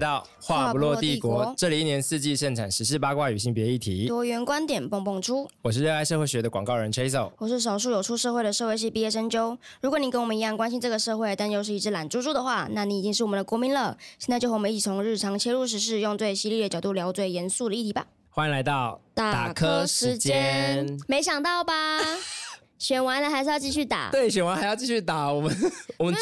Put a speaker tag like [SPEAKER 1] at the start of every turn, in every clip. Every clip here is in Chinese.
[SPEAKER 1] 话不落帝
[SPEAKER 2] 话不落帝
[SPEAKER 1] 国
[SPEAKER 2] 国，
[SPEAKER 1] 这里一年四季盛产时事八卦与性别议题。
[SPEAKER 2] 多元观点蹦蹦出，
[SPEAKER 1] 我是热爱社会学的广告人 Chaseo。
[SPEAKER 2] 我是少数有出社会的社会系毕业生啾。如果你跟我们一样关心这个社会，但又是一只懒猪猪的话，那你已经是我们的国民了。现在就和我们一起从日常切入时事，用最犀利的角度聊最严肃的议题吧。
[SPEAKER 1] 欢迎来到
[SPEAKER 2] 科间，没想 到吧？选完了还是要继续打，
[SPEAKER 1] 对，选完还要继续打，我们 我们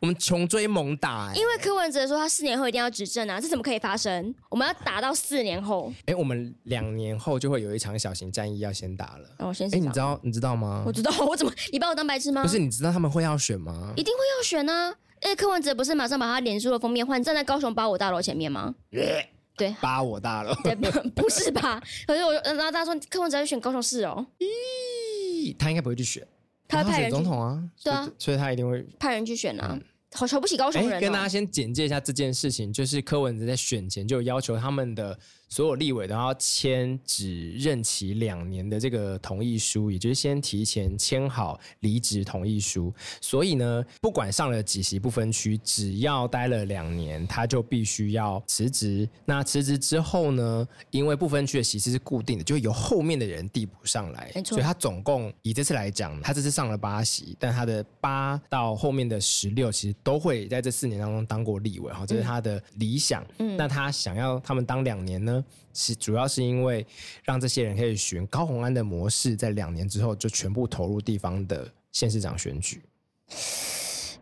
[SPEAKER 1] 我们穷追猛打、欸。
[SPEAKER 2] 啊因为柯文哲说他四年后一定要执政啊，这怎么可以发生？我们要打到四年后。
[SPEAKER 1] 哎、我们两年后就会有一场小型战役要先打了。
[SPEAKER 2] 然后我先
[SPEAKER 1] 哎、
[SPEAKER 2] 思
[SPEAKER 1] 你
[SPEAKER 2] 考
[SPEAKER 1] 知道你知道吗
[SPEAKER 2] 我？知道，我怎么你把我当白痴吗？
[SPEAKER 1] 不是，你知道他们会要选吗？
[SPEAKER 2] 一定会要选啊！哎，柯文哲不是马上把他脸书的封面换站在高雄八五大楼前面吗？对
[SPEAKER 1] 扒我大了，
[SPEAKER 2] 对，不 是吧？可是我，呃然后大家说柯文哲要选高雄市哦，
[SPEAKER 1] 咦他应该不会去选，
[SPEAKER 2] 他会
[SPEAKER 1] 选
[SPEAKER 2] 派人
[SPEAKER 1] 总
[SPEAKER 2] 去
[SPEAKER 1] 统啊，
[SPEAKER 2] 对啊
[SPEAKER 1] 所以，所以他一定会
[SPEAKER 2] 派人去选啊，好瞧不起高
[SPEAKER 1] 哎
[SPEAKER 2] 雄，人
[SPEAKER 1] 跟大家
[SPEAKER 2] 哦。
[SPEAKER 1] 先简介一下这件事情，就是柯文哲在选前就有要求他们的所有立委都要签只任期两年的这个同意书，也就是先提前签好离职同意书。所以呢，不管上了几席不分区，只要待了两年，他就必须要辞职。那辞职之后呢，因为不分区的席次是固定的，就会由后面的人递补上来。
[SPEAKER 2] 没错
[SPEAKER 1] 所以他总共以这次来讲，他这次上了八席，但他的八到后面的十六，其实都会在这四年当中当过立
[SPEAKER 2] 嗯
[SPEAKER 1] 委哈，这是他的理想。嗯，那他想要他们当两年呢，是主要是因为让这些人可以选高鸿安的模式，在两年之后就全部投入地方的县市长选举。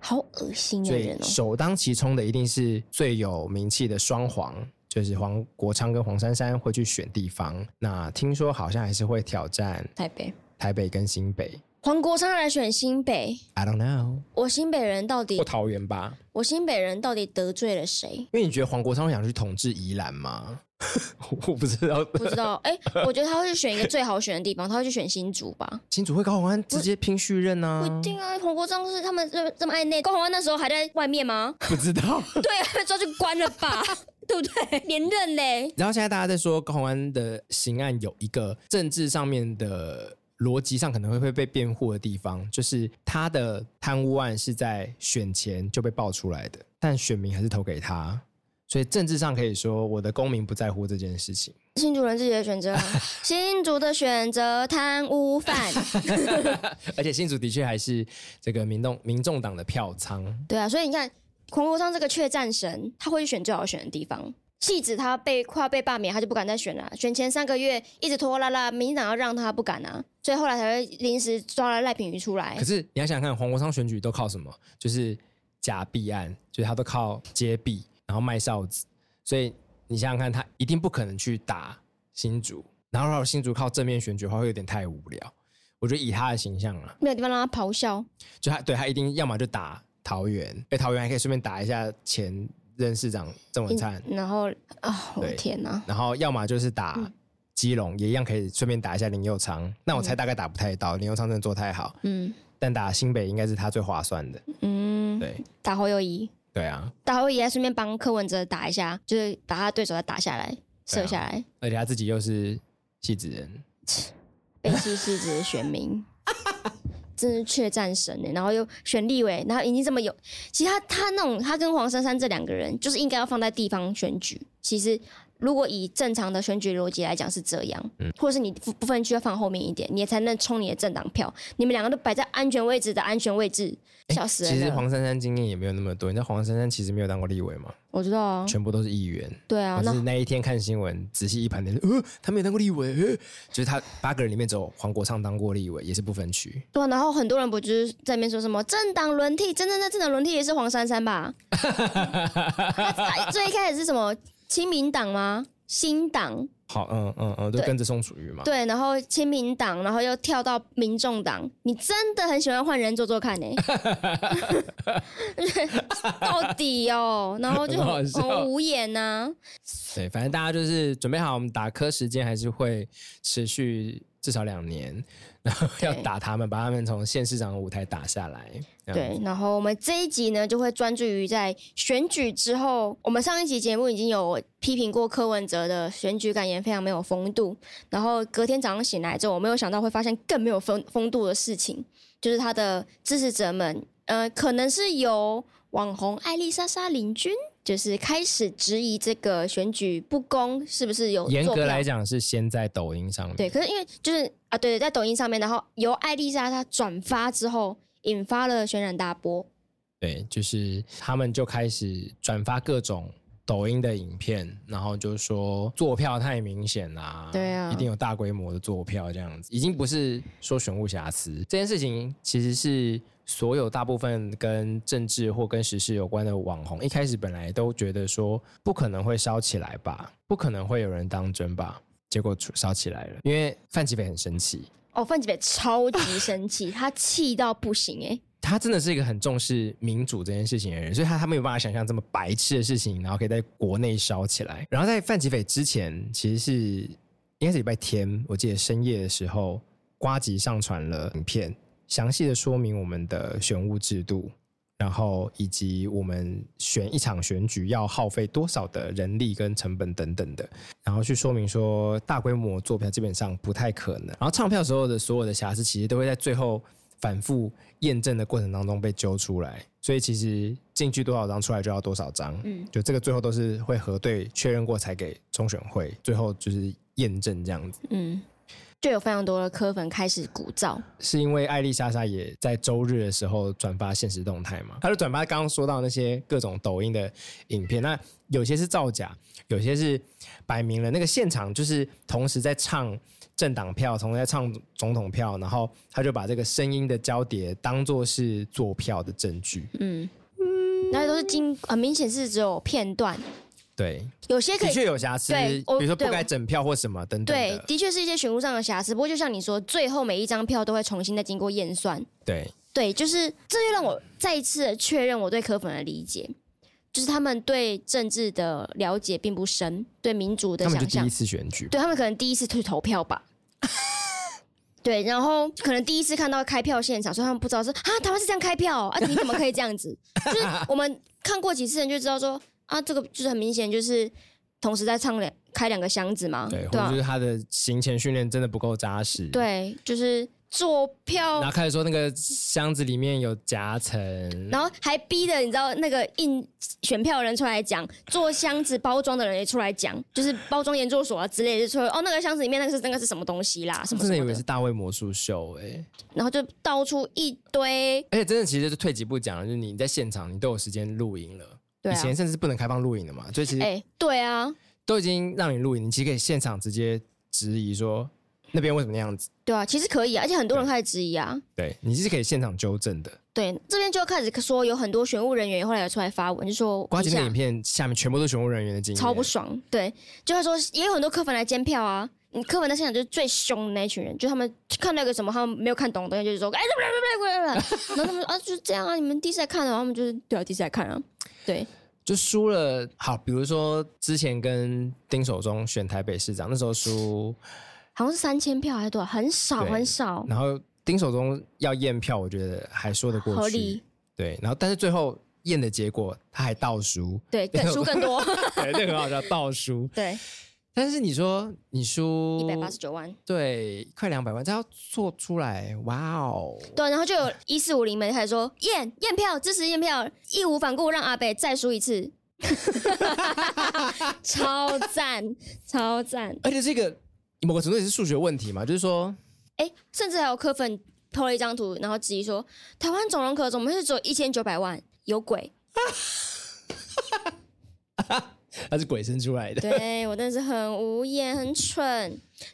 [SPEAKER 2] 好恶心的
[SPEAKER 1] 所
[SPEAKER 2] 人
[SPEAKER 1] 以
[SPEAKER 2] 哦！
[SPEAKER 1] 首当其冲的一定是最有名气的双黄，就是黄国昌跟黄珊珊会去选地方。那听说好像还是会挑战
[SPEAKER 2] 台北，
[SPEAKER 1] 台北跟新北
[SPEAKER 2] 黄国昌来选新北，
[SPEAKER 1] ，I don't know，
[SPEAKER 2] 我新北人到底
[SPEAKER 1] 或，桃园吧。
[SPEAKER 2] 我新北人到底得罪了谁？
[SPEAKER 1] 因为你觉得黄国昌会想去统治宜兰吗？ 我不知道，
[SPEAKER 2] 不 知道。哎、我觉得他会去选一个最好选的地方，他会去选新竹吧？
[SPEAKER 1] 新竹会高宏安直接拼续任
[SPEAKER 2] 不
[SPEAKER 1] 啊
[SPEAKER 2] 一？定啊，黄国昌是他们这这么爱内，高宏安那时候还在外面吗？
[SPEAKER 1] 不知道。
[SPEAKER 2] 对啊，被抓去关了吧， 对不对？连任嘞，
[SPEAKER 1] 然后现在大家在说高宏安的刑案有一个政治上面的逻辑上可能会会被辩护的地方，就是他的贪污案是在选前就被爆出来的，但选民还是投给他，所以政治上可以说我的公民不在乎这件事情。
[SPEAKER 2] 新竹人自己的选择，啊 新竹的选择贪污犯，
[SPEAKER 1] 而且新竹的确还是这个民众民众党的票仓，
[SPEAKER 2] 对啊，所以你看黄国昌这个怯战神，他会去选最好选的地方。戏子他被快要被罢免，他就不敢再选了、啊选前三个月一直拖拖拉拉，民进党要让他不敢啊，所以后来才会临时抓了赖品妤出来
[SPEAKER 1] 可。是你要想想看，黄国昌选举都靠什么？就是假币案，就是他都靠接币，然后卖哨子。所以你想想看，他一定不可能去打新竹，然后让新竹靠正面选举的话，会有点太无聊。我觉得以他的形象啊，
[SPEAKER 2] 没有地方让他咆哮，
[SPEAKER 1] 就他对他一定要么就打桃园，哎，桃园还可以顺便打一下前任市长郑文灿，
[SPEAKER 2] 然后啊，我、
[SPEAKER 1] 对
[SPEAKER 2] 天哪、
[SPEAKER 1] 然后要么就是
[SPEAKER 2] 嗯
[SPEAKER 1] 打基隆，也一样可以顺便打一下林佑昌。那我猜大概打不太到，林佑昌真的做太好，
[SPEAKER 2] 嗯
[SPEAKER 1] 但打新北应该是他最划算的。
[SPEAKER 2] 嗯，
[SPEAKER 1] 对
[SPEAKER 2] 打侯友谊，
[SPEAKER 1] 对啊，
[SPEAKER 2] 打侯友谊还顺便帮柯文哲打一下，就是把他对手再打下来，
[SPEAKER 1] 对啊
[SPEAKER 2] 射下来。
[SPEAKER 1] 而且他自己又是戏子人，
[SPEAKER 2] 被弃市值的选民，真是怯战神呢、然后又选立委，然后已经这么有，其实他他那种他跟黄珊珊这两个人，就是应该要放在地方选举。其实如果以正常的选举逻辑来讲是这样，
[SPEAKER 1] 嗯
[SPEAKER 2] 或者是你不不分区要放后面一点，你才能冲你的政党票。你们两个都摆在安全位置的安全位置，笑死
[SPEAKER 1] 其
[SPEAKER 2] 人
[SPEAKER 1] 实
[SPEAKER 2] 了。
[SPEAKER 1] 黄珊珊经验也没有那么多。你知道黄珊珊其实没有当过立委嘛，
[SPEAKER 2] 我知道啊，
[SPEAKER 1] 全部都是议员。
[SPEAKER 2] 对啊，
[SPEAKER 1] 但
[SPEAKER 2] 那
[SPEAKER 1] 是那一天看新闻，仔细一盘点，呃，他没有当过立委，呃，就是他八个人里面只有黄国昌当过立委，也是不分区。
[SPEAKER 2] 对啊，然后很多人不就是在那边说什么政党轮替，真正的政党轮替也是黄珊珊吧？他最一开始是什么亲民党吗？新党
[SPEAKER 1] 好，嗯嗯嗯，就
[SPEAKER 2] 对
[SPEAKER 1] 跟着宋楚瑜嘛。
[SPEAKER 2] 对，然后亲民党，然后又跳到民众党，你真的很喜欢换人做 做 看呢、欸到底哦，然后就
[SPEAKER 1] 很好
[SPEAKER 2] 很
[SPEAKER 1] 笑
[SPEAKER 2] 很无言啊呐、
[SPEAKER 1] 对，反正大家就是准备好，我们打科时间还是会持续至少两年，然后
[SPEAKER 2] 对
[SPEAKER 1] 要打他们，把他们从县市长的舞台打下来。这样
[SPEAKER 2] 对，然后我们这一集呢，就会专注于在选举之后。我们上一集节目已经有批评过柯文哲的选举感言非常没有风度，然后隔天早上醒来之后，我没有想到会发现更没有风风度的事情，就是他的支持者们，呃，可能是由网红艾丽莎莎领军。就是开始质疑这个选举不公是不是有
[SPEAKER 1] 严
[SPEAKER 2] 作
[SPEAKER 1] 格
[SPEAKER 2] 票
[SPEAKER 1] 来讲是先在抖音上面，
[SPEAKER 2] 对，可是因为就是啊，对对，在抖音上面，然后由艾丽莎她转发之后，引发了轩然大波。
[SPEAKER 1] 对，就是他们就开始转发各种抖音的影片，然后就说坐票太明显啦、
[SPEAKER 2] 对啊
[SPEAKER 1] 一定有大规模的坐票这样子，已经不是说选务瑕疵这件事情，其实是所有大部分跟政治或跟时事有关的网红，一开始本来都觉得说不可能会烧起来吧，不可能会有人当真吧。结果出烧起来了，因为范吉北很生气，
[SPEAKER 2] 哦，范姐姐超级 生气，她气到不行哎、
[SPEAKER 1] 他真的是一个很重视民主这件事情的人，所以他他没有办法想象这么白痴的事情，然后可以在国内烧起来。然后在范吉斐之前，其实是应该是礼拜天，我记得深夜的时候，瓜吉上传了影片，详细的说明我们的选务制度，然后以及我们选一场选举要耗费多少的人力跟成本等等的，然后去说明说大规模做票基本上不太可能。然后唱票时候的所有的瑕疵，其实都会在最后反复验证的过程当中被揪出来，所以其实进去多少张，出来就要多少张。
[SPEAKER 2] 嗯，
[SPEAKER 1] 就这个最后都是会核对确认过才给中选会，最后就是验证这样子。
[SPEAKER 2] 嗯，就有非常多的科粉开始鼓噪。
[SPEAKER 1] 是因为艾丽莎莎也在周日的时候转发现实动态嘛，她就转发刚刚说到那些各种抖音的影片，那有些是造假，有些是摆明了那个现场就是同时在唱政党票，同时在唱总统票，然后她就把这个声音的交叠当做是做票的证据，
[SPEAKER 2] 嗯，那都是经很明显是只有片段，
[SPEAKER 1] 对，
[SPEAKER 2] 有些可
[SPEAKER 1] 的
[SPEAKER 2] 以
[SPEAKER 1] 确有瑕疵，
[SPEAKER 2] 对
[SPEAKER 1] 比
[SPEAKER 2] 我
[SPEAKER 1] 如说不
[SPEAKER 2] 对
[SPEAKER 1] 该
[SPEAKER 2] 我
[SPEAKER 1] 整票或什么等等
[SPEAKER 2] 对
[SPEAKER 1] 的，，
[SPEAKER 2] 的确是一些选务上的瑕疵。不过就像你说，最后每一张票都会重新再经过验算。
[SPEAKER 1] 对
[SPEAKER 2] 对，就是这就让我再一次的确认我对科粉的理解，就是他们对政治的了解并不深，对民主的
[SPEAKER 1] 他们就
[SPEAKER 2] 想
[SPEAKER 1] 第
[SPEAKER 2] 象
[SPEAKER 1] 一，次选举，
[SPEAKER 2] 对他们可能第一次去投票吧。对，然后可能第一次看到开票现场，所以他们不知道说啊，台湾是这样开票、哦、啊， 你怎么可以这样子？就是我们看过几次人就知道说啊，这个就是很明显就是同时在唱两开两个箱子嘛，
[SPEAKER 1] 对，或
[SPEAKER 2] 对
[SPEAKER 1] 者
[SPEAKER 2] 啊
[SPEAKER 1] 就，是他的行前训练真的不够扎实，。
[SPEAKER 2] 对，就是做票
[SPEAKER 1] 然后开始说那个箱子里面有夹层，
[SPEAKER 2] 然后还逼的，你知道那个印选票的人出来讲，做箱子包装的人也出来讲，就是包装研究所啊之类的，就说哦，那个箱子里面那个是那个是什么东西啦，什么
[SPEAKER 1] 真
[SPEAKER 2] 什
[SPEAKER 1] 的以
[SPEAKER 2] 么
[SPEAKER 1] 为
[SPEAKER 2] 的
[SPEAKER 1] 是，大卫魔术秀哎、
[SPEAKER 2] 然后就倒出一堆，
[SPEAKER 1] 而且真的其实就退几步讲，就是你在现场你都有时间录影了，
[SPEAKER 2] 对
[SPEAKER 1] 以
[SPEAKER 2] 啊，
[SPEAKER 1] 前甚至不能开放录影的嘛，所以其
[SPEAKER 2] 哎、
[SPEAKER 1] 实
[SPEAKER 2] 对啊，
[SPEAKER 1] 都已经让你录影，你其实可以现场直接质疑说那边为什么那样子，
[SPEAKER 2] 对啊，其实可以啊，而且很多人开始质疑啊。
[SPEAKER 1] 对你是可以现场纠正的。
[SPEAKER 2] 对，这边就开始说有很多选务人员后来有出来发文，就说
[SPEAKER 1] 瓜
[SPEAKER 2] 一
[SPEAKER 1] 姐那
[SPEAKER 2] 下
[SPEAKER 1] 个影片下面全部都是熊务人员的经验，
[SPEAKER 2] 超不爽。对，就他说也有很多科粉来监票啊。你科粉在现场就是最凶的那一群人，就他们看到一个什么他们没有看懂的东西，就是说 哎，不不不不不，然后他们说啊就是这样啊，你们第一次来看啊，然后他们就是对啊，第一次来看啊，对，
[SPEAKER 1] 就输了。好，比如说之前跟丁守中选台北市长，那时候输，
[SPEAKER 2] 好像是三千票还是多少，很少
[SPEAKER 1] 对
[SPEAKER 2] 很少，
[SPEAKER 1] 然后丁守中要验票，我觉得还说得过去，
[SPEAKER 2] 合理，
[SPEAKER 1] 对，然后但是最后验的结果他还倒 数，
[SPEAKER 2] 对，更输更 多，
[SPEAKER 1] 对，哎那个很好笑，倒输。
[SPEAKER 2] 对，
[SPEAKER 1] 但是你说你输
[SPEAKER 2] 一百八十，九万，
[SPEAKER 1] 对，快两百万，这要做出来，哇哦！
[SPEAKER 2] 对，然后就有一四五零们开始说验验票，支持验票，义无反顾让阿北再输一次， 超赞超赞，
[SPEAKER 1] 而且这个某个程度也是数学问题嘛，就是说，
[SPEAKER 2] 哎，甚至还有科粉 p 了一张图，然后质疑说，台湾总人口怎么是只有一千九百万？有鬼！
[SPEAKER 1] 它是鬼生出来的。
[SPEAKER 2] 对我真的是很无言，很蠢。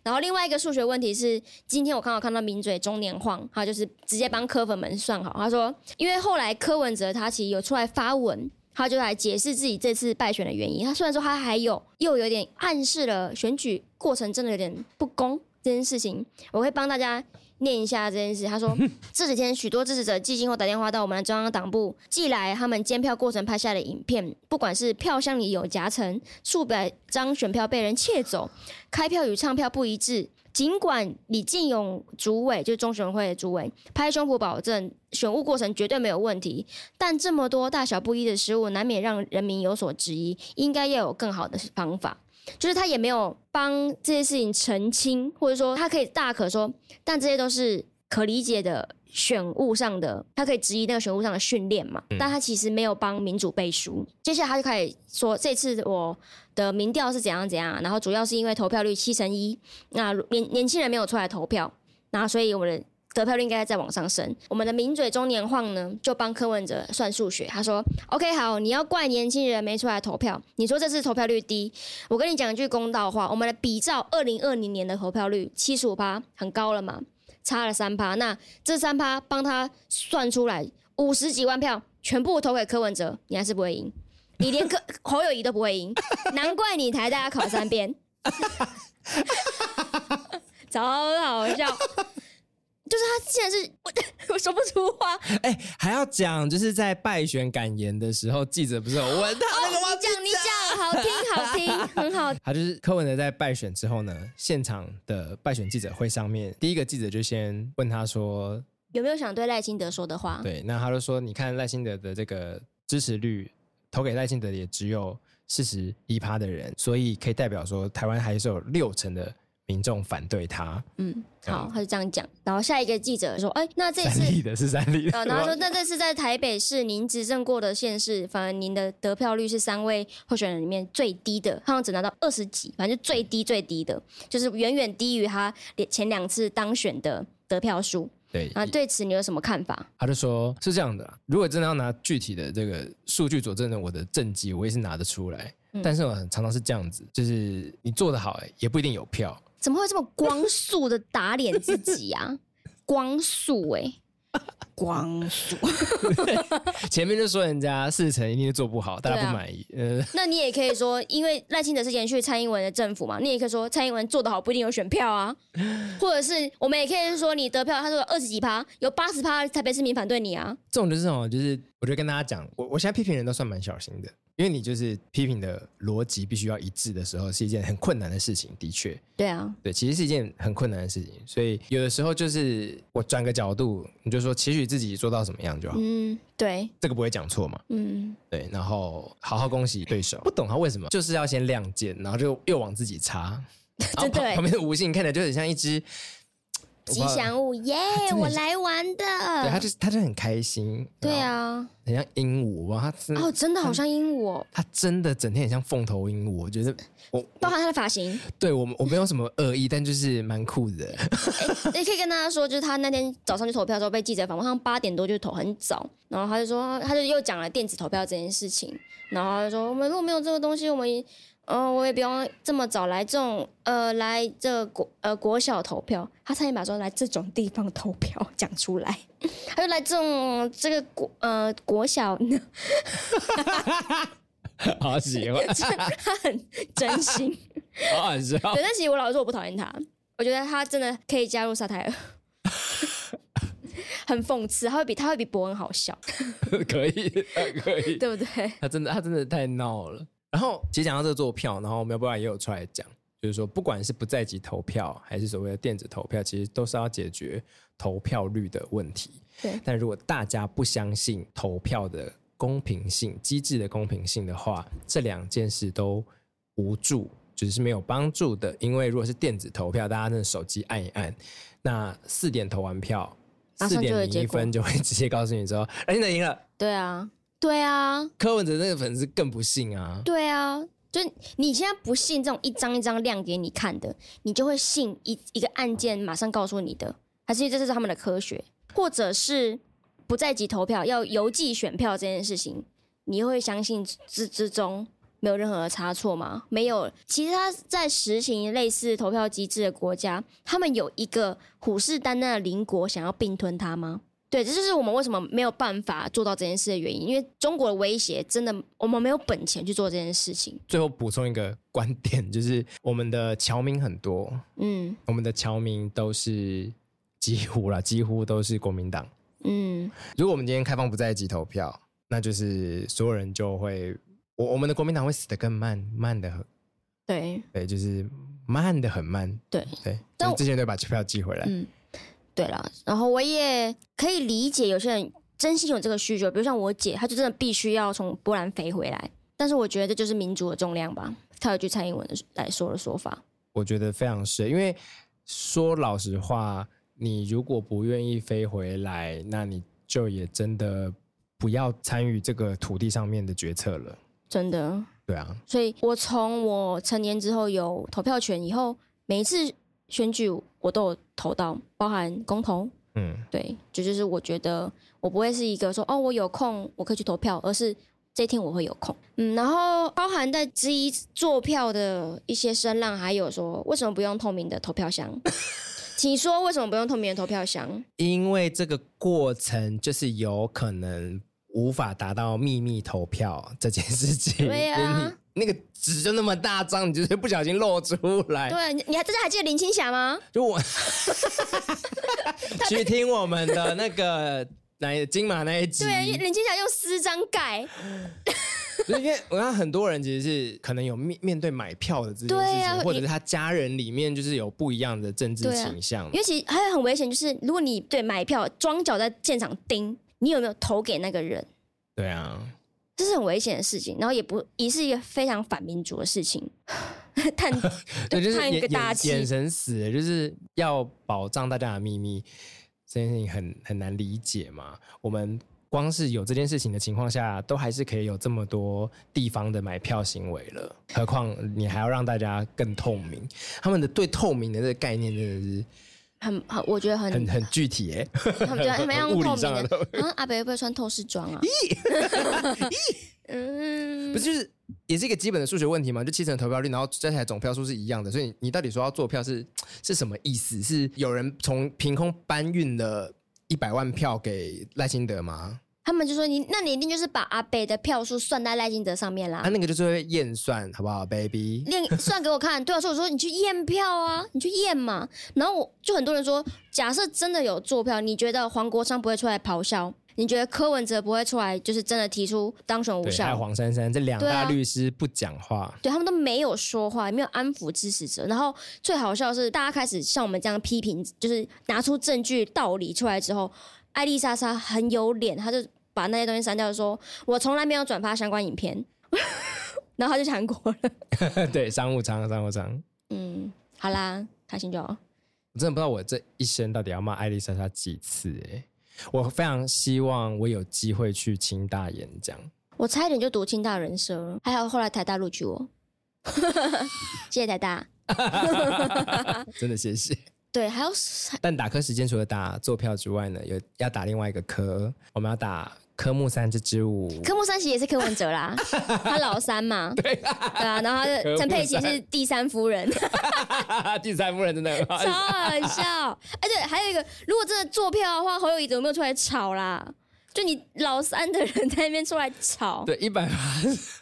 [SPEAKER 2] 然后另外一个数学问题是，今天我刚好看到名嘴中年晃，他就是直接帮科粉们算好。他说，因为后来柯文哲他其实有出来发文，他就来解释自己这次败选的原因。他虽然说他还有又有点暗示了选举过程真的有点不公这件事情，我会帮大家念一下这件事。他 说，这几天许多支持者寄信后打电话到我们的中央党部，寄来他们监票过程拍下的影片，不管是票箱里有夹层，数百张选票被人窃走，开票与唱票不一致。尽管李进勇主委就是中选会的主委拍胸脯保证选务过程绝对没有问题，但这么多大小不一的失误，难免让人民有所质疑，应该要有更好的方法。就是他也没有帮这些事情澄清，或者说他可以大可说但这些都是可理解的选务上的，他可以质疑那个选务上的训练嘛，但他其实没有帮民主背书。接下来他就开始说，这次我的民调是怎样怎样，然后主要是因为投票率七成一，那年年轻人没有出来投票，然后所以我们的。得票率应该再往上升。我们的名嘴中年晃呢，就帮柯文哲算数学。他说：“OK，好，你要怪年轻人没出来投票，你说这次投票率低，我跟你讲一句公道话，我们的比照二零二零年的投票率七十五趴，很高了嘛，差了三趴。那这三趴帮他算出来五十几万票，全部投给柯文哲，你还是不会赢，你连柯 侯友谊都不会赢，难怪你台大要考三遍，超好笑。就是他竟然是我，我 说不出话，
[SPEAKER 1] 哎、还要讲，就是在败选感言的时候，记者不是有问他那个吗？
[SPEAKER 2] 你讲你讲，好听好听， 很好。
[SPEAKER 1] 他就是柯文哲在败选之后呢，现场的败选记者会上面，第一个记者就先问他说：“
[SPEAKER 2] 有没有想对赖清德说的话？
[SPEAKER 1] 对，那他就说，你看赖清德的这个支持率，投给赖清德的也只有四十一趴的人，所以可以代表说，台湾还是有六成的民众反对他。
[SPEAKER 2] 嗯，好，他就这样讲。然后下一个记者说：“哎、那这
[SPEAKER 1] 三
[SPEAKER 2] 次
[SPEAKER 1] 立的是三 立的，
[SPEAKER 2] 呃，然后说，那这次在台北市您执政过的县市，反而您的得票率是三位候选人里面最低的，好像只拿到二十几，反正就最低最低的，就是远远低于他连前两次当选的得票数。
[SPEAKER 1] 对
[SPEAKER 2] 啊，对此你有什么看法？
[SPEAKER 1] 他就说是这样的啊、如果真的要拿具体的这个数据佐证的我的政绩，我也是拿得出来。
[SPEAKER 2] 嗯
[SPEAKER 1] 但是我很常常是这样子，就是你做得好、也不一定有票。
[SPEAKER 2] 怎么会这么光速的打脸自己啊？光速哎、
[SPEAKER 3] 光速，
[SPEAKER 1] 前面就说人家四成一定是做不好，大
[SPEAKER 2] 对
[SPEAKER 1] 家
[SPEAKER 2] 啊
[SPEAKER 1] 不满意。呃，
[SPEAKER 2] 那你也可以说，因为赖清德是延续蔡英文的政府嘛，你也可以说蔡英文做得好不一定有选票啊，或者是我们也可以说你得票，他说二十几趴，有八十趴台北市民反对你啊，
[SPEAKER 1] 这种就是哦，就是我就跟大家讲，我我现在批评人都算蛮小心的，因为你就是批评的逻辑必须要一致的时候，是一件很困难的事情，的确。
[SPEAKER 2] 对啊，
[SPEAKER 1] 对，其实是一件很困难的事情，所以有的时候就是我转个角度，你就说期许自己做到怎么样就好，
[SPEAKER 2] 嗯，对，
[SPEAKER 1] 这个不会讲错嘛。
[SPEAKER 2] 嗯，
[SPEAKER 1] 对，然后好好恭喜对手。不懂他为什么，就是要先亮剑，然后就又往自己插。然后
[SPEAKER 2] 真的
[SPEAKER 1] 旁
[SPEAKER 2] 欸
[SPEAKER 1] 旁边的吴信看起来就很像一只
[SPEAKER 2] 吉。祥物耶
[SPEAKER 1] 啊真的，
[SPEAKER 2] 我
[SPEAKER 1] 很
[SPEAKER 2] 来玩
[SPEAKER 1] 我不知道对，他
[SPEAKER 2] 的，
[SPEAKER 1] 就是他就很开心。
[SPEAKER 2] 对
[SPEAKER 1] 然后
[SPEAKER 2] 啊，
[SPEAKER 1] 很像鹦鹉哇，他真
[SPEAKER 2] 哦，真的
[SPEAKER 1] 嗯
[SPEAKER 2] 好像鹦鹉哦，
[SPEAKER 1] 他真的整天很像凤头鹦鹉。我觉得 我
[SPEAKER 2] 包含他的发型，
[SPEAKER 1] 对我们我没有什么恶意，但就是蛮酷的。
[SPEAKER 2] 也可以跟大家说，就是他那天早上去投票的时候被记者访问，好像八点多就投，很早。然后他就说，他就又讲了电子投票这件事情。然后他就说，我们如果没有这个东西，我们也，呃，我也不用这么早来这种，呃，来这个国呃国小投票。他差点把说来这种地方投票讲出来，他就来这种这个国呃国小，
[SPEAKER 1] 好喜欢，
[SPEAKER 2] 他很真心。
[SPEAKER 1] 好好笑。
[SPEAKER 2] 对，但其实我老实说，我不讨厌他，我觉得他真的可以加入沙泰尔，很讽刺，他会比他会比伯恩好笑，
[SPEAKER 1] 可以，可以。
[SPEAKER 2] 对不对？
[SPEAKER 1] 他真的他真的太闹了。然后其实讲到这个做票，然后苗博雅也有出来讲，就是说不管是不在籍投票，还是所谓的电子投票，其实都是要解决投票率的问题。
[SPEAKER 2] 对
[SPEAKER 1] 但如果大家不相信投票的公平性、机制的公平性的话，这两件事都无助，只是没有帮助的。因为如果是电子投票，大家那手机按一按，那四点投完票，
[SPEAKER 2] 马
[SPEAKER 1] 四
[SPEAKER 2] 上就有
[SPEAKER 1] 点零一
[SPEAKER 2] 结果
[SPEAKER 1] 分就会直接告诉你说，哎，你赢了。
[SPEAKER 2] 对啊，对啊，
[SPEAKER 1] 柯文哲那个粉丝更不信啊，
[SPEAKER 2] 对啊，就是你现在不信这种一张一张亮给你看的，你就会信一一个案件马上告诉你的，还是这是他们的科学，或者是不在籍投票要邮寄选票这件事情，你会相信之之中没有任何的差错吗？没有，其实他在实行类似投票机制的国家，他们有一个虎视眈眈的邻国想要并吞它吗？对，这就是我们为什么没有办法做到这件事的原因，因为中国的威胁真的，我们没有本钱去做这件事情。
[SPEAKER 1] 最后补充一个观点，就是我们的侨民很多，
[SPEAKER 2] 嗯
[SPEAKER 1] 我们的侨民都是几乎啦，几乎都是国民党。
[SPEAKER 2] 嗯，
[SPEAKER 1] 如果我们今天开放不在籍投票，那就是所有人就会，我我们的国民党会死得更慢，慢的很，
[SPEAKER 2] 对
[SPEAKER 1] 对，就是慢的很慢，
[SPEAKER 2] 对
[SPEAKER 1] 对，
[SPEAKER 2] 但
[SPEAKER 1] 但
[SPEAKER 2] 我
[SPEAKER 1] 这些人都会把票寄回来。
[SPEAKER 2] 嗯对了，然后我也可以理解有些人真心有这个需求，比如像我姐，她就真的必须要从波兰飞回来。但是我觉得这就是民主的重量吧，她有句蔡英文的来说的说法，
[SPEAKER 1] 我觉得非常是，因为说老实话，你如果不愿意飞回来，那你就也真的不要参与这个土地上面的决策了。
[SPEAKER 2] 真的。
[SPEAKER 1] 对啊，
[SPEAKER 2] 所以我从我成年之后有投票权以后，每一次选举我都有投到，包含公投。
[SPEAKER 1] 嗯，
[SPEAKER 2] 对，这就就是我觉得我不会是一个说哦，我有空我可以去投票，而是这一天我会有空。嗯，然后包含在质疑做票的一些声浪，还有说为什么不用透明的投票箱？ 请说为什么不用透明的投票箱？
[SPEAKER 1] 因为这个过程就是有可能无法达到秘密投票这件事情。
[SPEAKER 2] 对啊
[SPEAKER 1] 因为你那个纸就那么大张，你就是不小心露出来。
[SPEAKER 2] 对，你你还大家还记得林青霞吗？
[SPEAKER 1] 就 我去听我们的那个来金马那一集，
[SPEAKER 2] 对，啊林青霞用私章盖，
[SPEAKER 1] 就是因为我看很多人其实是可能有面面对买票的这件事
[SPEAKER 2] 对
[SPEAKER 1] 情，
[SPEAKER 2] 啊
[SPEAKER 1] 或者是他家人里面就是有不一样的政治
[SPEAKER 2] 对啊
[SPEAKER 1] 倾向。
[SPEAKER 2] 尤其还有很危险，就是如果你对买票装脚在现场盯，你有没有投给那个人，
[SPEAKER 1] 对啊，
[SPEAKER 2] 这是很危险的事情。然后也不也是一个非常反民主的事情。 但
[SPEAKER 1] 对，就是
[SPEAKER 2] 叹
[SPEAKER 1] 眼
[SPEAKER 2] 一个
[SPEAKER 1] 眼
[SPEAKER 2] 大气
[SPEAKER 1] 眼神死了，就是要保障大家的秘密，这件事情很很难理解嘛。我们光是有这件事情的情况下，都还是可以有这么多地方的买票行为了，何况你还要让大家更透明。他们的对透明的这个概念真的是
[SPEAKER 2] 很很，我觉得很
[SPEAKER 1] 很很具体耶、
[SPEAKER 2] 他们就他们要
[SPEAKER 1] 物
[SPEAKER 2] 用
[SPEAKER 1] 理
[SPEAKER 2] 透
[SPEAKER 1] 上的
[SPEAKER 2] 明
[SPEAKER 1] 透
[SPEAKER 2] 的。啊，阿北会不会穿透视装 啊？ 嗯，
[SPEAKER 1] 不是就是也是一个基本的数学问题嘛？就七成投票率，然后加起来总票数是一样的，所以你到底说要做票是是什么意思？是有人从凭空搬运了一百万票给赖清德吗？
[SPEAKER 2] 他们就说你，那你一定就是把阿北的票数算在赖金德上面啦
[SPEAKER 1] 啊，。那个就是会验算，好不好，baby？
[SPEAKER 2] 练算给我看，对啊，所以我说你去验票啊，你去验嘛。然后我就很多人说，假设真的有做票，你觉得黄国昌不会出来咆哮？你觉得柯文哲不会出来，就是真的提出当选无
[SPEAKER 1] 对，还有
[SPEAKER 2] 效？
[SPEAKER 1] 黄珊珊这两
[SPEAKER 2] 对
[SPEAKER 1] 大
[SPEAKER 2] 啊
[SPEAKER 1] 律师不讲话，
[SPEAKER 2] 对他们都没有说话，也没有安抚支持者。然后最好笑的是，大家开始像我们这样批评，就是拿出证据、道理出来之后，艾丽莎莎很有脸，她就把那些东西删掉，说我从来没有转发相关影片， 然后她就去韩国了。
[SPEAKER 1] 对，啊商务舱，商务舱。
[SPEAKER 2] 嗯，好啦，开心就好。
[SPEAKER 1] 我真的不知道我这一生到底要骂艾丽莎莎几次哎、我非常希望我有机会去清大演讲，
[SPEAKER 2] 我差一点就读清大人生了，还好后来台大录取我， 谢谢台大。
[SPEAKER 1] 真的谢谢。
[SPEAKER 2] 对，还有
[SPEAKER 1] 但打科时间除了打坐票之外呢，有要打另外一个科，我们要打科目三这支舞。
[SPEAKER 2] 科目三其实也是柯文哲啦，他老三嘛， 对啊，然后他
[SPEAKER 1] 科目
[SPEAKER 2] 就
[SPEAKER 1] 三
[SPEAKER 2] 陈佩琪是第三夫人，
[SPEAKER 1] 第三夫人真的很好
[SPEAKER 2] 超好笑。而且还有一个，如果真的做票的话，侯友谊怎么没有出来吵啦？就你老三的人在那边出来吵。
[SPEAKER 1] 对，一百八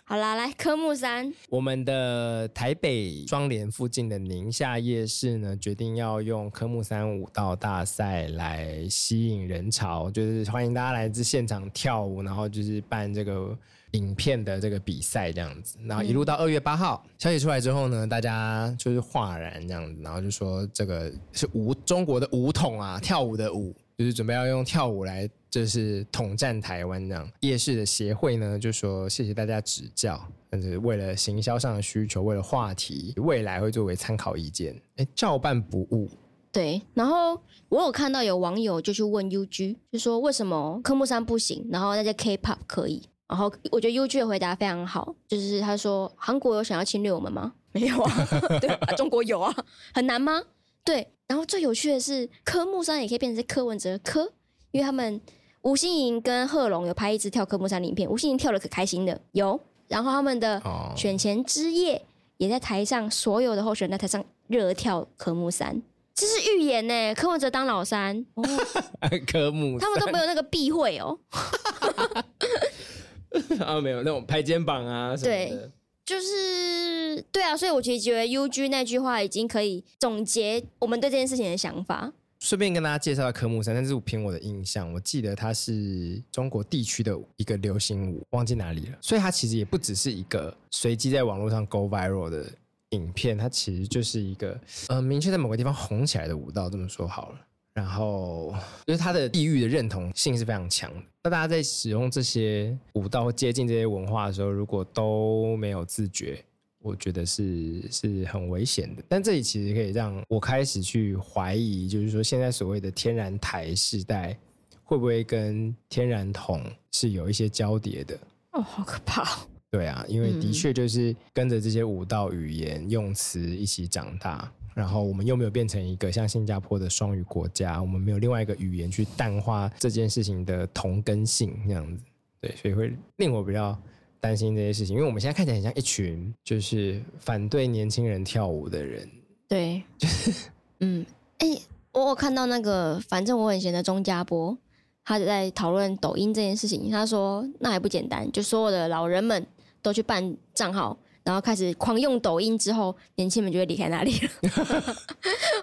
[SPEAKER 2] 好啦，来科目三，
[SPEAKER 1] 我们的台北双联附近的宁夏夜市呢，决定要用科目三舞蹈大赛来吸引人潮，就是欢迎大家来自现场跳舞，然后就是办这个影片的这个比赛这样子。然后一路到二月八号，消息出来之后呢，大家就是哗然这样子，然后就说这个是舞中国的舞统啊，跳舞的舞，就是准备要用跳舞来。就是统战台湾这样，夜市的协会呢就说谢谢大家指教，但是为了行销上的需求，为了话题，未来会作为参考意见。哎，照办不误。
[SPEAKER 2] 对，然后我有看到有网友就去问 UG，就说为什么科目三不行，然后那些 K-pop 可以。然后我觉得 UG 的回答非常好，就是他说韩国有想要侵略我们吗？没有啊， 对啊，中国有啊，很难吗？对。然后最有趣的是科目三也可以变成是柯文哲的科，因为他们吴欣颖跟贺龙有拍一支跳科目三的影片，吴欣颖跳的可开心的，有。然后他们的
[SPEAKER 1] 哦
[SPEAKER 2] 选前之夜也在台上，所有的候选人在台上热跳科目三，这是预言呢、柯文哲当老三，
[SPEAKER 1] 科目
[SPEAKER 2] 他们都没有那个避讳哦。
[SPEAKER 1] 啊，没有那种拍肩膀啊什么的。
[SPEAKER 2] 就是对啊，所以我其实觉得 U G 那句话已经可以总结我们对这件事情的想法。
[SPEAKER 1] 顺便跟大家介绍科目三，但是我凭我的印象，我记得它是中国地区的一个流行舞，忘记哪里了。所以它其实也不只是一个随机在网络上 go viral 的影片，它其实就是一个呃明确在某个地方红起来的舞蹈，这么说好了。然后就是它的地域的认同性是非常强的。那大家在使用这些舞蹈或接近这些文化的时候，如果都没有自觉，我觉得是是很危险的。但这里其实可以让我开始去怀疑，就是说现在所谓的天然台世代，会不会跟天然桶是有一些交叠的？
[SPEAKER 2] 哦，好可怕哦！
[SPEAKER 1] 对啊，因为的
[SPEAKER 2] 嗯
[SPEAKER 1] 确就是跟着这些舞蹈语言用词一起长大，然后我们又没有变成一个像新加坡的双语国家，我们没有另外一个语言去淡化这件事情的同根性这样子，对，所以会令我比较担心这些事情，因为我们现在看起来很像一群就是反对年轻人跳舞的人，
[SPEAKER 2] 对，嗯，哎、我有看到那个，反正我很闲的钟家波，他在讨论抖音这件事情。他说那还不简单，就所有的老人们都去办账号，然后开始狂用抖音之后，年轻人就会离开 那里了。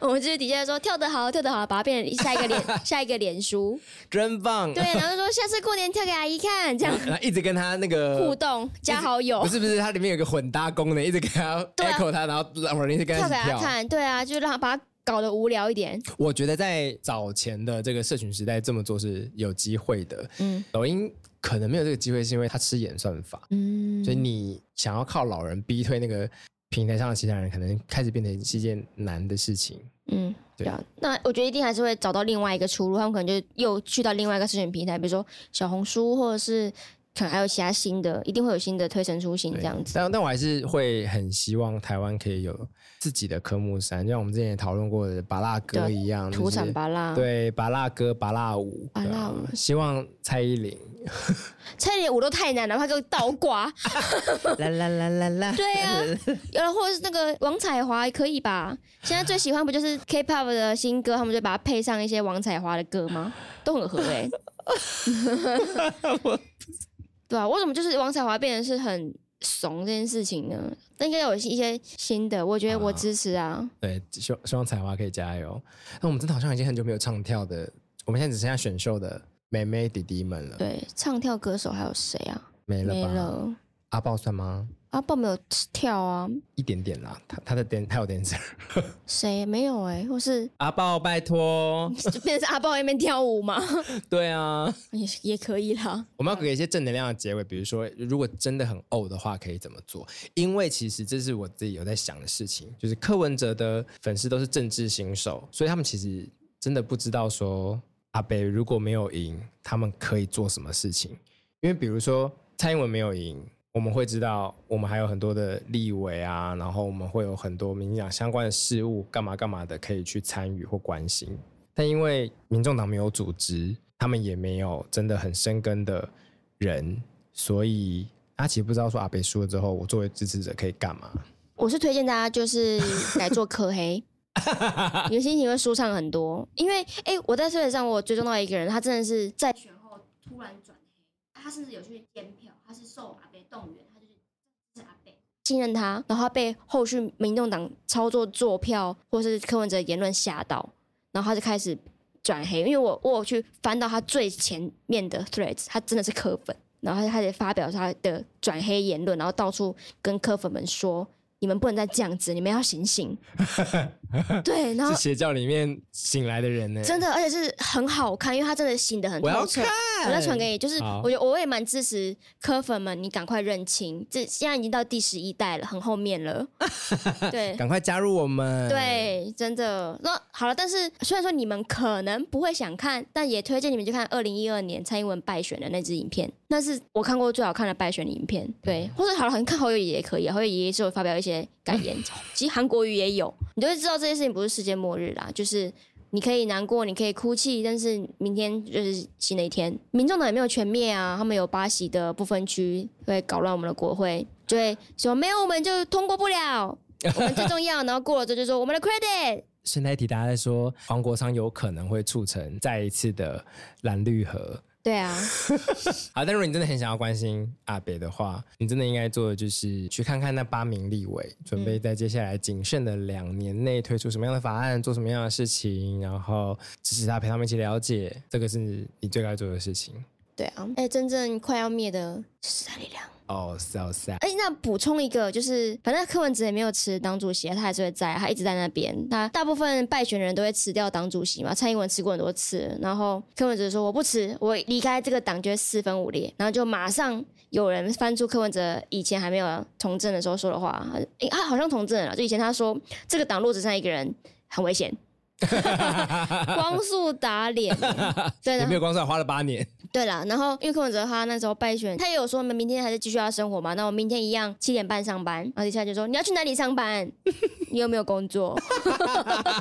[SPEAKER 2] 我们就是底下说跳得好，跳得好，把它变成下一 个脸下一个脸书，
[SPEAKER 1] 真棒，
[SPEAKER 2] 对，然后就说下次过年跳给阿姨看，这样
[SPEAKER 1] 然后一直跟他那个
[SPEAKER 2] 互动加好友
[SPEAKER 1] 呃不。是不是，它里面有一个混搭功能，一直给他
[SPEAKER 2] 对啊
[SPEAKER 1] echo 他，然后让我一直跟他
[SPEAKER 2] 跳
[SPEAKER 1] 一
[SPEAKER 2] 给
[SPEAKER 1] 起
[SPEAKER 2] 他
[SPEAKER 1] 跳。
[SPEAKER 2] 看，对啊，就让他把它搞得无聊一点。
[SPEAKER 1] 我觉得在早前的这个社群时代这么做是有机会的。
[SPEAKER 2] 嗯
[SPEAKER 1] 抖音可能没有这个机会，是因为它吃演算法，
[SPEAKER 2] 嗯
[SPEAKER 1] 所以你想要靠老人逼退那个平台上的其他人，可能开始变成是一件难的事情。
[SPEAKER 2] 嗯，
[SPEAKER 1] 对
[SPEAKER 2] 对啊，那我觉得一定还是会找到另外一个出路，他们可能就又去到另外一个社群平台，比如说小红书，或者是可能还有其他新的，一定会有新的推陈出新
[SPEAKER 1] 对
[SPEAKER 2] 嗯这样子。
[SPEAKER 1] 但但我还是会很希望台湾可以有自己的科目三，就像我们之前也讨论过的巴拉歌
[SPEAKER 2] 对
[SPEAKER 1] 一样，
[SPEAKER 2] 土
[SPEAKER 1] 就是
[SPEAKER 2] 产巴拉，，
[SPEAKER 1] 对巴拉歌、巴拉舞，
[SPEAKER 2] 芭
[SPEAKER 1] 对
[SPEAKER 2] 乐
[SPEAKER 1] 啊
[SPEAKER 2] 舞
[SPEAKER 1] 希望蔡依 林
[SPEAKER 2] 蔡依林舞都太难了，他给我倒挂。
[SPEAKER 1] 啦啦啦啦啦，
[SPEAKER 2] 对 啊，有了，或者是那个王彩华也可以吧？现在最喜欢不就是 K-pop 的新歌，他们就把它配上一些王彩华的歌吗？都很合 哎、欸。对啊，为什么就是王彩华变得是很怂这件事情呢？那应该有一些新的，我觉得我支持啊。
[SPEAKER 1] 对，希望希望彩华可以加油。那我们真的好像已经很久没有唱跳的，我们现在只剩下选秀的妹妹弟弟们了，
[SPEAKER 2] 对，唱跳歌手还有谁啊？
[SPEAKER 1] 没了
[SPEAKER 2] 没
[SPEAKER 1] 吧？
[SPEAKER 2] 了。
[SPEAKER 1] 阿豹算吗？
[SPEAKER 2] 阿豹没有跳啊，
[SPEAKER 1] 一点点啦，他他的 dan 他有 dancer。
[SPEAKER 2] 谁没有哎、或是
[SPEAKER 1] 阿豹，拜 托，
[SPEAKER 2] 就变成是阿豹在那边跳舞嘛，
[SPEAKER 1] 对啊，
[SPEAKER 2] 也也可以啦。
[SPEAKER 1] 我们要给一些正能量的结尾，比如说，如果真的很呕的话，可以怎么做？因为其实这是我自己有在想的事情，就是柯文哲的粉丝都是政治新手，所以他们其实真的不知道说阿北如果没有赢，他们可以做什么事情。因为比如说蔡英文没有赢，我们会知道我们还有很多的立委啊，然后我们会有很多民进党相关的事务，干嘛干嘛的可以去参与或关心。但因为民众党没有组织，他们也没有真的很深根的人，所以阿奇不知道说阿北输了之后，我作为支持者可以干嘛？
[SPEAKER 2] 我是推荐大家就是来做 科黑，你的心情会舒畅很多。因为哎、我在推特上我追踪到一个人，他真的是在选后突然转黑，他甚至有去监票，他是受阿北动员，他就是是阿北信任他，然后他被后续民众党操作坐票或是柯文哲言论吓到，然后他就开始转黑。因为我我有去翻到他最前面的 threads，他真的是柯粉。然后他就开始发表他的转黑言论，然后到处跟柯粉们说：“你们不能再这样子，你们要醒醒。对，然后
[SPEAKER 1] 是邪教里面醒来的人呢、
[SPEAKER 2] 啊真的，而且是很好看，因为他真的醒得很
[SPEAKER 1] 我要
[SPEAKER 2] 透彻。我再传给你，就是
[SPEAKER 1] 好
[SPEAKER 2] 我觉得我也蛮支持柯粉们，你赶快认清，这现在已经到第十一代了，很后 面了。对
[SPEAKER 1] 赶快加入我们。，
[SPEAKER 2] 对，真的。那好了，但是虽然说你们可能不会想看，但也推荐你们去看二零一二年蔡英文败选的那支影片，那是我看过最好看的败选的影片。对，或者好了，你看侯友宜也可以啊，侯友宜也是有发表一些感言，其实韩国瑜也有，你就会知道这件事情不是世界末日啦，就是。你可以难过，你可以哭泣，但是明天就是新的一天。民众党也没有全灭啊，他们有巴西的不分区会搞乱我们的国会，就会说没有我们就通过不了，我们最重要，然后过了之后就说我们的 credit，
[SPEAKER 1] 顺带一提，大家在说黄国昌有可能会促成再一次的蓝绿合。
[SPEAKER 2] 对啊，
[SPEAKER 1] 好，但如果你真的很想要关心阿北的话，你真的应该做的就是去看看那八名立委准备在接下来仅剩的两年内推出什么样的法案，做什么样的事情，然后支持他，陪他们一起了解，这个是你最该做的事情。
[SPEAKER 2] 对啊，哎、真正快要灭的是他力量。
[SPEAKER 1] 哦、s o sad。
[SPEAKER 2] 哎、那补充一个，就是反正柯文哲也没有辞党主席啊，他还是会在啊，他一直在那边。他大部分败选人都会辞掉党主席嘛，蔡英文辞过很多次，然后柯文哲说我不辞，我离开这个党就是四分五裂，然后就马上有人翻出柯文哲以前还没有从政的时候说的话，诶他好像从政了，就以前他说这个党落只剩一个人很危险， 光速打脸，对，
[SPEAKER 1] 也
[SPEAKER 2] 然
[SPEAKER 1] 没
[SPEAKER 2] 后
[SPEAKER 1] 有光算花了八年，
[SPEAKER 2] 对了，然后因为柯文哲他那时候败选，他也有说明天还是继续要生活嘛，那我明天一样七点半上班，然后底下就说你要去哪里上班， 你有没有工作？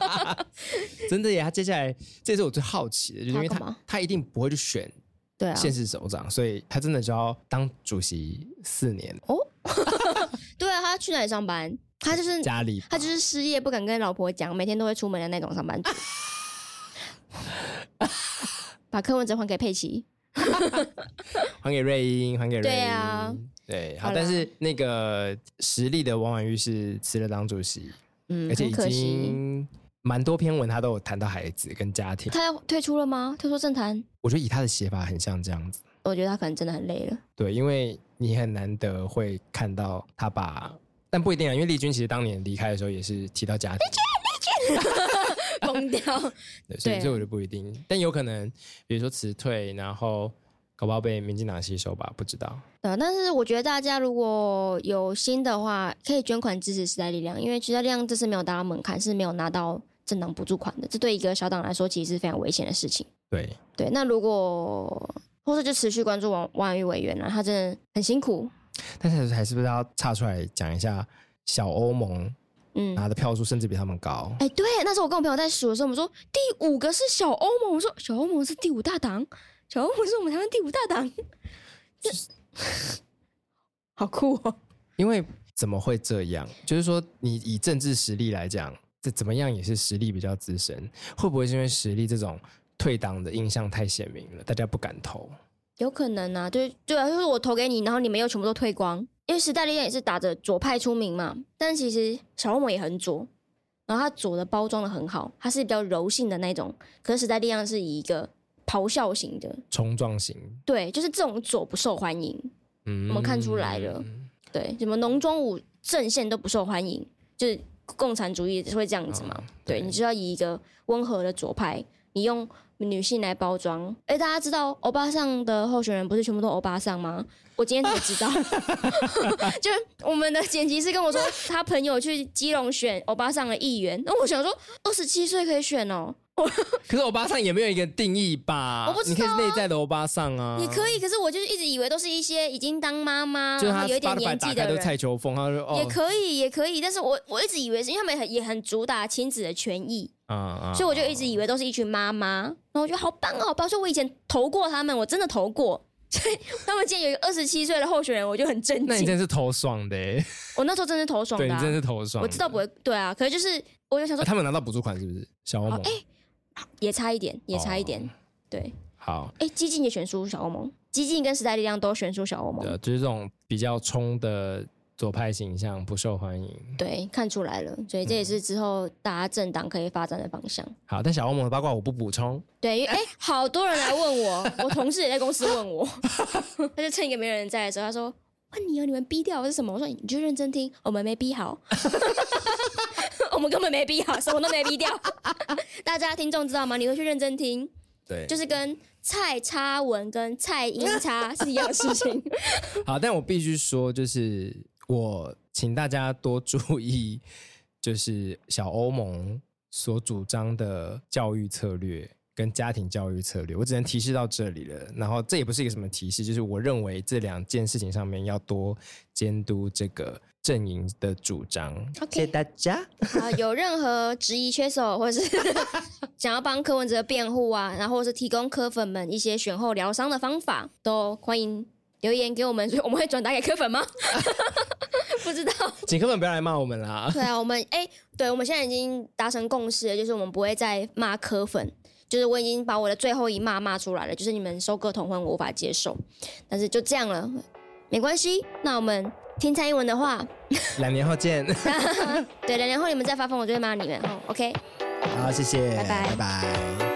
[SPEAKER 1] 真的耶！他接下来这也是我最好奇的，就是因为
[SPEAKER 2] 他干
[SPEAKER 1] 他
[SPEAKER 2] 嘛
[SPEAKER 1] 他一定不会去选
[SPEAKER 2] 对啊，
[SPEAKER 1] 县市首长，所以他真的就要当主席四年，
[SPEAKER 2] 对啊，他去哪里上班？他就是
[SPEAKER 1] 家里
[SPEAKER 2] 他就是失业不敢跟老婆讲，每天都会出门的那种上班族。 把柯文哲还给佩奇，
[SPEAKER 1] 还给瑞英，还给瑞英。
[SPEAKER 2] 对啊
[SPEAKER 1] 对，
[SPEAKER 2] 好
[SPEAKER 1] 好，
[SPEAKER 2] 啦
[SPEAKER 1] 但是那个实力的王婉玉是辞了当主席，
[SPEAKER 2] 嗯，
[SPEAKER 1] 而且
[SPEAKER 2] 很
[SPEAKER 1] 已
[SPEAKER 2] 可惜。
[SPEAKER 1] 经蛮多篇文他都有谈到孩子跟家庭，
[SPEAKER 2] 他要退出了吗？退出政坛？
[SPEAKER 1] 我觉得以他的写法很像这样子。
[SPEAKER 2] 我觉得他可能真的很累了。
[SPEAKER 1] 对，因为你很难得会看到他把，但不一定啊，因为丽君其实当年离开的时候也是提到家庭，
[SPEAKER 2] 疯掉。
[SPEAKER 1] 对所以
[SPEAKER 2] 对啊
[SPEAKER 1] 这我就不一定，但有可能比如说辞退，然后搞不好被民进党吸收吧，不知道。
[SPEAKER 2] 对啊，但是我觉得大家如果有心的话，可以捐款支持时代力量，因为时代力量这次没有达到门槛，是没有拿到政党补助款的，这对一个小党来说其实是非常危险的事情。
[SPEAKER 1] 对，
[SPEAKER 2] 对，那如果或者就持续关注王王宇委员啊，他真的很辛苦。
[SPEAKER 1] 但是还是不是要岔出来讲一下小欧盟
[SPEAKER 2] 嗯，
[SPEAKER 1] 拿的票数甚至比他们高，
[SPEAKER 2] 哎、对，那时候我跟我朋友在数的时候，我们说第五个是小欧盟，我说小欧盟是第五大党，小欧盟是我们台湾第五大党，这好酷哦！
[SPEAKER 1] 因为怎么会这样？就是说，你以政治实力来讲，这怎么样也是实力比较资深，会不会是因为实力这种退党的印象太鲜明了，大家不敢投？
[SPEAKER 2] 有可能啊，对对啊，就是我投给你，然后你们又全部都退光，因为时代力量也是打着左派出名嘛，但其实小欧盟也很左，然后它左的包装的很好，它是比较柔性的那种，可是时代力量是以一个咆哮型的，
[SPEAKER 1] 冲撞型，
[SPEAKER 2] 对，就是这种左不受欢迎，
[SPEAKER 1] 嗯
[SPEAKER 2] 我们看出来了。对，什么农庄舞阵线都不受欢迎，就是共产主义会这样子嘛。
[SPEAKER 1] 嗯
[SPEAKER 2] 对，
[SPEAKER 1] 对
[SPEAKER 2] 你就要以一个温和的左派，你用女性来包装。哎，大家知道欧巴桑的候选人不是全部都欧巴桑吗？我今天才 知道， 就是我们的剪辑师跟我说，他朋友去基隆选欧巴桑的议员，那我想说，二十七岁可以选哦，
[SPEAKER 1] 可是欧巴桑也没有一个定义吧？
[SPEAKER 2] 我不知道啊
[SPEAKER 1] 你可以是内在的欧巴桑啊，
[SPEAKER 2] 也可
[SPEAKER 1] 以。
[SPEAKER 2] 以。可是我就是一直以为都是一些已经当妈妈，
[SPEAKER 1] 就是
[SPEAKER 2] 然
[SPEAKER 1] 他
[SPEAKER 2] 后有一点
[SPEAKER 1] Spotify
[SPEAKER 2] 年
[SPEAKER 1] 打
[SPEAKER 2] 纪
[SPEAKER 1] 开
[SPEAKER 2] 的
[SPEAKER 1] 都
[SPEAKER 2] 人
[SPEAKER 1] 是。蔡秋凤，他就说
[SPEAKER 2] 也
[SPEAKER 1] 哦，
[SPEAKER 2] 可以，也可以，但是我我一直以为是因为他们很也很主打亲子的权益，
[SPEAKER 1] 啊啊
[SPEAKER 2] 所以我就一直以为都是一群妈妈，然后我觉得好棒哦，好棒！所以我以前投过他们，我真的投过， 所以他们竟然有一个二十七岁的候选人，我就很震
[SPEAKER 1] 那你
[SPEAKER 2] 惊。
[SPEAKER 1] 真是投爽的欸，
[SPEAKER 2] 我那时候真的是投爽
[SPEAKER 1] 对
[SPEAKER 2] 的
[SPEAKER 1] 你
[SPEAKER 2] 啊、
[SPEAKER 1] 真是投爽的。
[SPEAKER 2] 我知道不会对啊，可是就是我就想
[SPEAKER 1] 啊
[SPEAKER 2] 说，
[SPEAKER 1] 他们拿到补助款是不是？小欧盟
[SPEAKER 2] 哦哎也差一点，也差一点，
[SPEAKER 1] 哦
[SPEAKER 2] 对。
[SPEAKER 1] 好，
[SPEAKER 2] 哎，激进也选输小欧盟，激进跟时代力量都选输小欧盟，
[SPEAKER 1] 对，啊就是这种比较冲的左派形象不受欢迎。
[SPEAKER 2] 对，看出来了，所以这也是之后大家政党可以发展的方向。
[SPEAKER 1] 好，但小欧盟的八卦我不补充。
[SPEAKER 2] 对，因为哎、好多人来问我，我同事也在公司问我， 他就趁一个没有人在的时候，他说：“问你哦，你们逼掉是什么？”我说：“你就认真听，我们没逼好， 我们根本没逼好，什么都没逼掉。 大家听众知道吗？你回去认真听，
[SPEAKER 1] 对
[SPEAKER 2] 就是跟蔡插文跟蔡英插是一样的事情。
[SPEAKER 1] 好，但我必须说，就是我请大家多注意，就是小欧盟所主张的教育策略跟家庭教育策略，我只能提示到这里了。然后这也不是一个什么提示，就是我认为这两件事情上面要多监督这个阵营的主张。
[SPEAKER 2] OK
[SPEAKER 1] 谢谢大家。
[SPEAKER 2] 啊，有任何质疑缺手，或者是 想要帮柯文哲辩护啊，然后或是提供柯粉们一些选后疗伤的方法，都欢迎留言给我们， 所以我们会转达给柯粉吗？ 不知道。
[SPEAKER 1] 请根本不要来骂我们啦。
[SPEAKER 2] 对啊，我们哎、对，我们现在已经达成共识了，就是我们不会再骂柯粉。就是我已经把我的最后一骂骂出来了，就是你们收割同婚，我无法接受。但是就这样了，没关系。那我们听蔡英文的话，
[SPEAKER 1] 两年后见。
[SPEAKER 2] 对，两年后你们再发疯，我就会骂你们。哦，OK。
[SPEAKER 1] 好，谢谢，
[SPEAKER 2] 拜拜
[SPEAKER 1] 拜拜